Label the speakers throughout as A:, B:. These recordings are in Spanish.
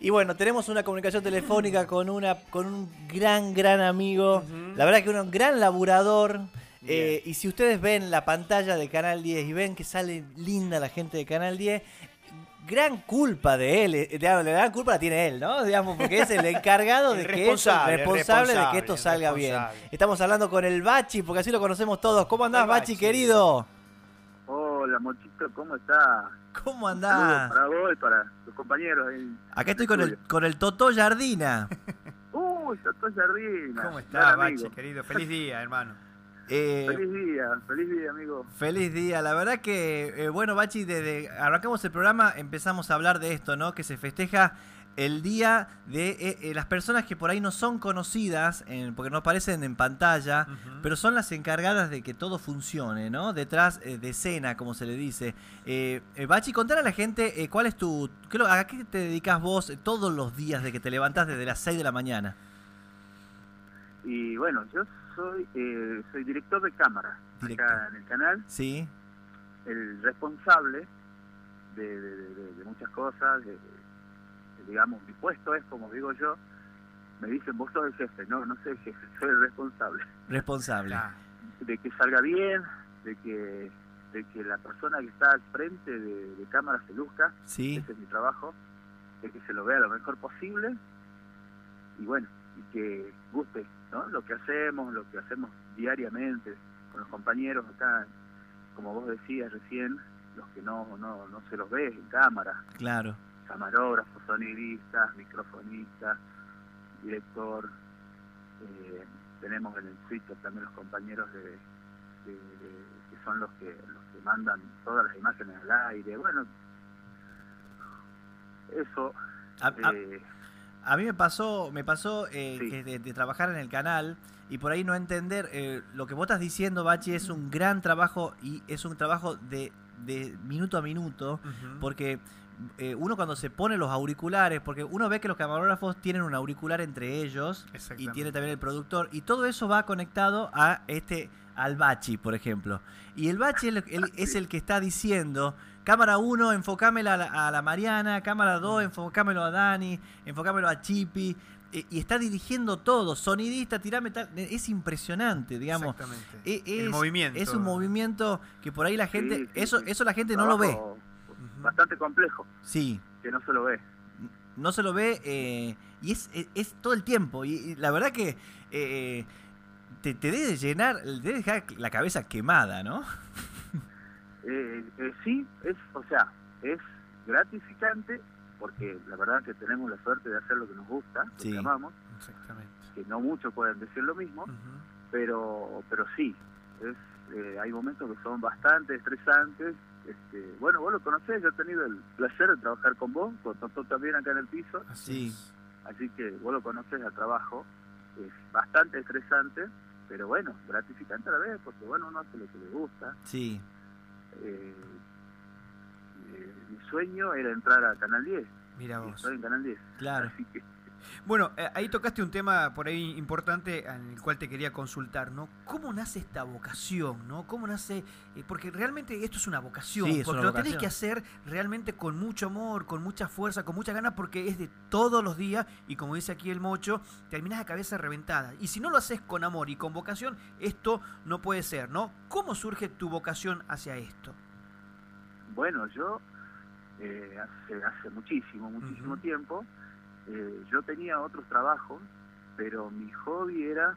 A: Y bueno, tenemos una comunicación telefónica con una con un gran, gran amigo. La verdad que un gran laburador. Eh, y si ustedes ven la pantalla de Canal 10 y ven que sale linda la gente de Canal 10, gran culpa de él, eh, digamos, la gran culpa la tiene él, ¿no? Digamos, porque es el encargado de
B: El
A: que esto,
B: responsable, el
A: responsable de que
B: responsable,
A: esto
B: el
A: salga bien.
B: responsable.
A: Estamos hablando con el Bachi, porque así lo conocemos todos. ¿Cómo andás,
B: El
A: Bachi,
B: Bachi.
A: querido?
C: Hola, Mochito, ¿cómo está?
A: ¿Cómo
C: Saludos
B: Ah.
A: andás?
C: para vos y para tus compañeros. ahí.
A: Acá estoy con el, con el Totó Jardina.
C: Uy, Totó Jardina.
B: ¿Cómo está,
C: gran amigo.
B: Bache, querido? Feliz día, hermano.
A: Eh,
C: Feliz día, feliz día, amigo.
A: Feliz día, la verdad que, eh, bueno, Bachi, desde arrancamos el programa empezamos a hablar de esto, ¿no? Que se festeja el día de eh, eh, las personas que por ahí no son conocidas, en- porque no aparecen en pantalla,
B: Ujú. Ah,
A: pero son las encargadas de que todo funcione, ¿no? Detrás eh, de escena, como se le dice. Eh, eh, Bachi, contale a la gente eh, cuál es tu... qué lo- ¿A qué te dedicas vos eh, todos los días de que te levantás desde las 6 de la mañana?
C: Y bueno, yo soy eh, soy director de cámara
A: Director.
C: acá en el canal,
A: Sí,
C: el responsable de, de- de- de- de muchas cosas, de- de- digamos, mi puesto es, como digo yo, me dicen, vos sos el jefe, no, no soy el jefe, soy el responsable.
A: responsable.
B: Ah,
C: de que salga bien, de que, de que la persona que está al frente de, de cámara se luzca,
A: Sí,
C: ese es mi trabajo, de que se lo vea lo mejor posible y bueno, y que guste ¿no? lo que hacemos, lo que hacemos diariamente con los compañeros acá, como vos decías recién, los que no, no, no se los ve en cámara,
A: claro.
C: camarógrafos, sonidistas, microfonistas, director. eh, tenemos en el Twitter también los compañeros de, de- de- que son los que los que mandan todas las imágenes al aire. Bueno, eso.
A: A- a-
C: eh,
A: A mí me pasó, me pasó eh,
C: Sí.
A: que de, de trabajar en el canal y por ahí no entender eh, lo que vos estás diciendo, Bachi, es un gran trabajo y es un trabajo de, de minuto a minuto,
B: ujú.
A: porque eh, uno cuando se pone los auriculares, porque uno ve que los camarógrafos tienen un auricular entre ellos y
B: Exactamente.
A: tiene también el productor y todo eso va conectado a este al Bachi, por ejemplo. Y el Bachi es el,
C: Ah,
A: el- es el que está diciendo, cámara 1, enfocámela a la, a la Mariana, cámara 2, enfocámelo a Dani, enfocámelo a Chipi, e- y está dirigiendo todo, sonidista, tirame tal, e, es impresionante, digamos.
B: Exactamente.
A: E- Es,
B: el movimiento.
A: Es un movimiento que por ahí la gente,
C: Sí, sí,
A: eso,
C: sí.
A: eso la gente no lo ve.
C: trabajo
B: Ujú.
C: Bastante complejo,
A: Sí,
C: que no se lo ve.
A: no se lo ve eh, y es, es, es todo el tiempo. Y, y la verdad que eh, te, te debe llenar, te debe dejar la cabeza quemada, ¿no?
C: Eh, eh, sí, es, o sea, es gratificante porque la verdad que tenemos la suerte de hacer lo que nos gusta, lo
A: Sí.
C: que amamos,
B: Exactamente.
C: que no muchos pueden decir lo mismo,
B: Ujú.
C: pero pero sí es, eh, hay momentos que son bastante estresantes este, bueno vos lo conocés yo he tenido el placer de trabajar con vos con Toto también acá en el piso
A: Sí.
B: Así es.
C: así que vos lo conocés al trabajo es bastante estresante pero bueno gratificante a la vez porque bueno uno hace lo que le gusta
A: Sí,
C: Eh, eh, mi sueño era entrar a Canal 10
B: Mira
C: y
B: vos.
C: estoy en Canal 10
A: claro.
C: así que
B: Bueno, eh, ahí tocaste un tema por ahí importante en el cual te quería consultar, ¿no? ¿Cómo nace esta vocación, ¿no? ¿Cómo nace? eh, porque realmente esto es una vocación,
A: Sí, es
B: porque
A: una
B: lo tenés
A: vocación.
B: que hacer realmente con mucho amor, con mucha fuerza, con mucha ganas, porque es de todos los días y como dice aquí el mocho, terminás la cabeza reventada. Y si no lo haces con amor y con vocación, esto no puede ser, ¿no? ¿Cómo surge tu vocación hacia esto?
C: Bueno, yo eh, hace, hace muchísimo, muchísimo
B: Ujú.
C: tiempo, eh, yo tenía otros trabajos, pero mi hobby era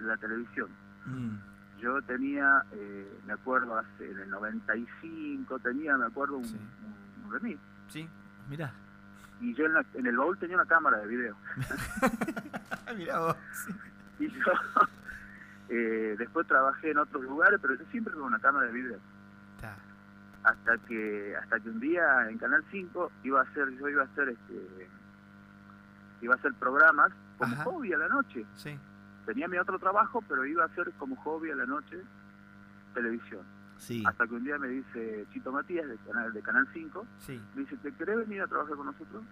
C: la televisión.
A: Mm,
C: Yo tenía, eh, me acuerdo, hace, en el 95 tenía, me acuerdo, un,
B: Sí.
C: un- un remis.
B: ¿Sí?
A: mirá.
C: Y yo en, la- en el baúl tenía una cámara de video.
B: Mira Ah, vos.
C: Y yo eh, después trabajé en otros lugares, pero yo siempre con una cámara de video.
B: Está.
C: hasta que hasta que un día en Canal 5 iba a hacer yo iba a hacer este iba a hacer programas como
B: Ajá.
C: hobby a la noche
B: Sí.
C: tenía mi otro trabajo pero iba a hacer como hobby a la noche televisión
A: Sí,
C: hasta que un día me dice Chito Matías de Canal de Canal 5
B: Sí.
C: me dice ¿te querés venir a trabajar con nosotros?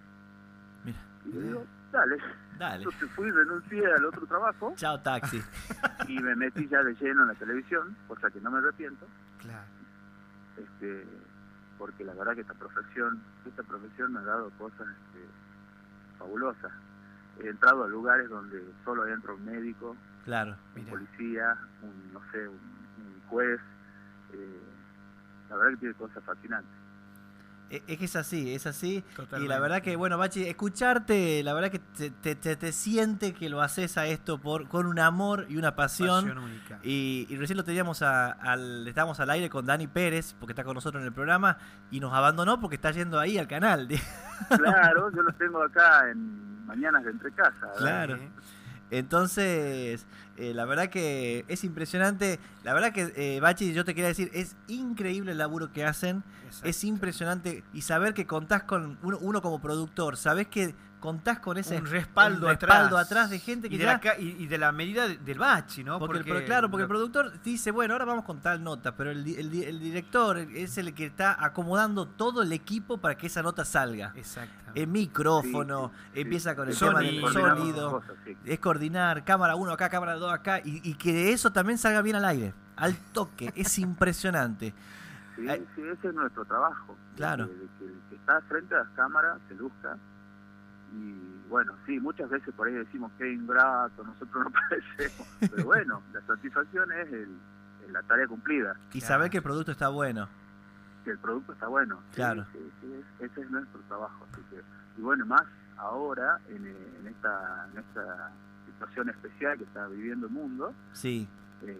A: mira.
C: y le digo dale
A: Dale.
C: entonces fui renuncié al otro trabajo
A: Chao, taxi.
C: y me metí ya de lleno en la televisión cosa que no me arrepiento
B: Claro.
C: este, porque la verdad que esta profesión, esta profesión me ha dado cosas este, fabulosas. He entrado a lugares donde solo entra un médico,
A: Claro.
C: un
B: Mira.
C: policía, un, no sé, un, un juez. eh, la verdad que tiene cosas fascinantes.
A: E- Es que es así, es así. Y
B: Totalmente.
A: la verdad que, bueno, Bachi, escucharte, la verdad que te, te- te- te siente que lo haces a esto por, con un amor y una pasión.
B: Pasión única.
A: Y, y recién lo teníamos a- al, estábamos al aire con Dani Pérez, porque está con nosotros en el programa, y nos abandonó porque está yendo ahí al canal.
C: Claro, yo los tengo acá en Mañanas de Entre Casa.
A: Claro.
B: Sí.
A: Entonces, eh, la verdad que es impresionante. La verdad que, eh, Bachi, yo te quería decir, es increíble el laburo que hacen.
B: Exacto.
A: Es impresionante. Y saber que contás con uno, uno como productor, sabés que contás con ese
B: un respaldo,
A: un respaldo
B: atrás.
A: atrás de gente que
B: y de,
A: ya-
B: la, ca- y, y de la medida de- del bachi, ¿no?
A: Porque, el pro- claro, porque el productor dice, bueno, ahora vamos con tal nota, pero el, di- el di- el director es el que está acomodando todo el equipo para que esa nota salga.
B: Exactamente.
A: El micrófono,
C: Sí, sí,
A: empieza con el
B: sí.
A: tema del
B: Sonido.
A: sonido,
C: Cosas, sí.
A: es coordinar, cámara 1 acá, cámara 2 acá, y, y que de eso también salga bien al aire, al toque, es impresionante.
C: Sí,
A: Ay.
C: sí, ese es nuestro trabajo.
A: Eh, Claro.
C: De, de que el que está frente a las cámaras se luzca. Y bueno, sí, muchas veces por ahí decimos que ingrato, nosotros no parecemos. Pero bueno, la satisfacción es el, en la tarea cumplida,
A: Y
B: Claro.
A: saber que el producto está bueno.
C: que el producto está bueno. Sí,
A: Claro.
C: sí, sí, es- ese es nuestro trabajo. así que- y bueno, más ahora en, eh, en esta, en esta situación especial que está viviendo el mundo,
A: Sí,
C: eh,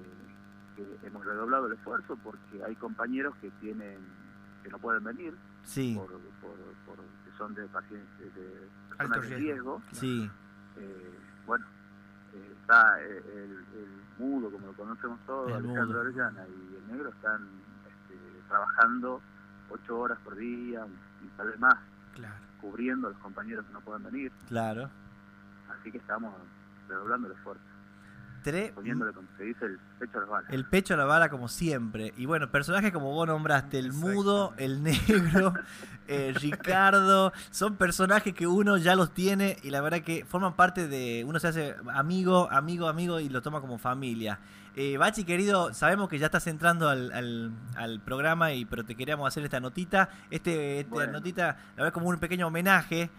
C: que hemos redoblado el esfuerzo porque hay compañeros que tienen que no pueden venir
A: sí,
C: por, por- por- que son de pacientes de, de
B: Alto
C: personas de riesgo.
A: sí,
C: Eh, bueno, eh, está eh, el, el mudo, como lo conocemos todos,
A: El
C: Alejandro
A: mudo.
C: Orellana y el negro están este, trabajando ocho horas por día y tal vez más,
B: Claro.
C: cubriendo a los compañeros que no pueden venir.
A: claro.
C: Así que estamos redoblando el esfuerzo,
A: Tre-
C: poniéndole, como se dice, el pecho a las balas.
A: El pecho a la bala como siempre. Y bueno, personajes como vos nombraste, el mudo, el negro, eh, Ricardo, son personajes que uno ya los tiene y la verdad que forman parte de, uno se hace amigo, amigo, amigo y lo toma como familia. Eh, Bachi querido, sabemos que ya estás entrando al, al- al programa y pero te queríamos hacer esta notita, este, esta
C: Bueno.
A: notita, la verdad como un pequeño homenaje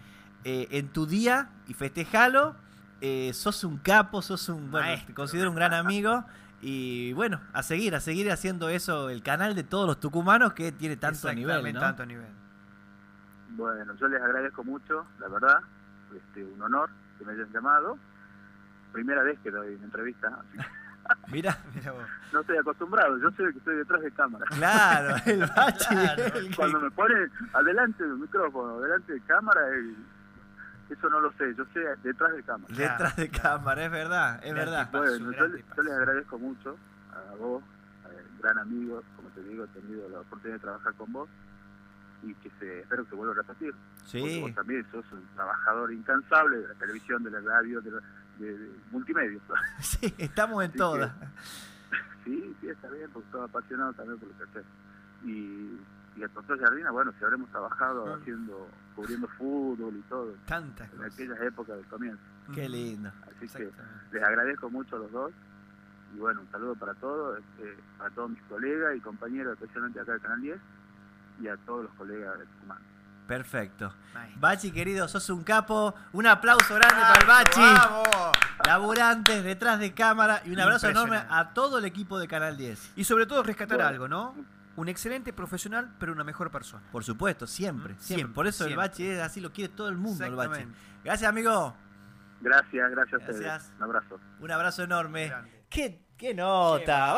A: eh, en tu día y festejalo. Eh, sos un capo, sos un, bueno, te
B: Maestro.
A: considero un gran amigo. Y bueno, a seguir, a seguir haciendo eso, el canal de todos los tucumanos que tiene tanto nivel, ¿no?
B: Exactamente, tanto nivel.
C: Bueno, yo les agradezco mucho, la verdad, este, un honor que me hayan llamado. Primera vez que doy una entrevista, así que
A: Mira,
B: Mira vos.
C: no estoy acostumbrado, yo soy el que estoy detrás de cámara.
A: claro, el bache.
B: Claro.
A: el que-
C: Cuando me ponen adelante del micrófono, adelante de cámara, eh, eso no lo sé, yo sé detrás de cámara.
A: Detrás de
B: Claro.
A: cámara, es verdad, es
B: Claro.
A: verdad.
B: paso,
C: Bueno, yo,
B: grande
C: le- yo
B: paso.
C: les agradezco mucho a vos, a- gran amigo, como te digo, he tenido la oportunidad de trabajar con vos y que se, espero que se vuelva a repetir. Porque
A: Sí,
C: vos también sos un trabajador incansable de la televisión, de la radio, de, la, de- de multimedia.
A: sí, estamos en
C: Así que-
A: todas.
C: Sí, sí, está bien, porque estoy apasionado también por lo que haces. Y, y al doctor Jardina, bueno, si habremos trabajado
B: Mm.
C: haciendo, cubriendo fútbol y todo,
B: Tantas
C: en
B: cosas.
C: aquellas épocas del comienzo.
A: Qué lindo.
C: Así que
B: Exactamente.
C: les agradezco mucho a los dos. Y bueno, un saludo para todos, este, para todos mis colegas y compañeros, especialmente acá del Canal 10, y a todos los colegas de Tucumán.
A: Perfecto.
B: Maestro.
A: Bachi, querido, sos un capo. Un aplauso grande para el Bachi.
B: ¡Vamos!
A: Laburantes, detrás de cámara. Y un abrazo enorme
B: Impresionante.
A: a todo el equipo de Canal 10.
B: Y sobre todo rescatar
C: Bueno.
B: algo, ¿no? Un excelente profesional, pero una mejor persona.
A: Por supuesto, siempre,
B: Mm,
A: siempre.
B: siempre,
A: Por eso el
B: siempre.
A: Bachi es así, lo quiere todo el mundo el Bachi.
B: Exactamente.
A: Gracias, amigo.
C: Gracias, gracias a ustedes.
A: Gracias.
C: Un abrazo.
A: Eh, Un abrazo enorme.
B: Grande.
A: ¿Qué, qué nota?